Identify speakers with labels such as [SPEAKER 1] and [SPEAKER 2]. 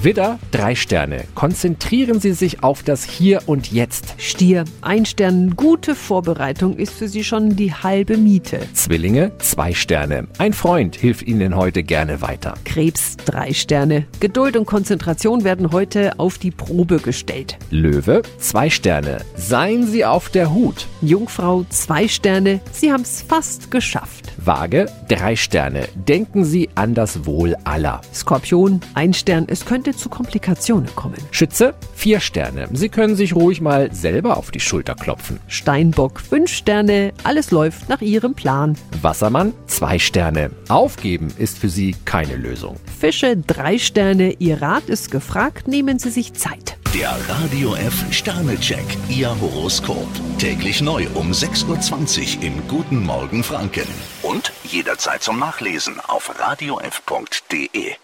[SPEAKER 1] Widder, drei Sterne. Konzentrieren Sie sich auf das Hier und Jetzt.
[SPEAKER 2] Stier, ein Stern, gute Vorbereitung ist für Sie schon die halbe Miete.
[SPEAKER 1] Zwillinge, zwei Sterne. Ein Freund hilft Ihnen heute gerne weiter.
[SPEAKER 2] Krebs, drei Sterne. Geduld und Konzentration werden heute auf die Probe gestellt.
[SPEAKER 1] Löwe, zwei Sterne. Seien Sie auf der Hut.
[SPEAKER 2] Jungfrau, zwei Sterne. Sie haben es fast geschafft.
[SPEAKER 1] Waage, drei Sterne. Denken Sie an das Wohl aller.
[SPEAKER 2] Skorpion, ein Stern, es könnte zu Komplikationen kommen.
[SPEAKER 1] Schütze, vier Sterne. Sie können sich ruhig mal selber auf die Schulter klopfen.
[SPEAKER 2] Steinbock, fünf Sterne. Alles läuft nach Ihrem Plan.
[SPEAKER 1] Wassermann, zwei Sterne. Aufgeben ist für Sie keine Lösung.
[SPEAKER 2] Fische, drei Sterne. Ihr Rat ist gefragt. Nehmen Sie sich Zeit.
[SPEAKER 3] Der Radio F Sternecheck, Ihr Horoskop. Täglich neu um 6.20 Uhr im Guten Morgen Franken. Und jederzeit zum Nachlesen auf radiof.de.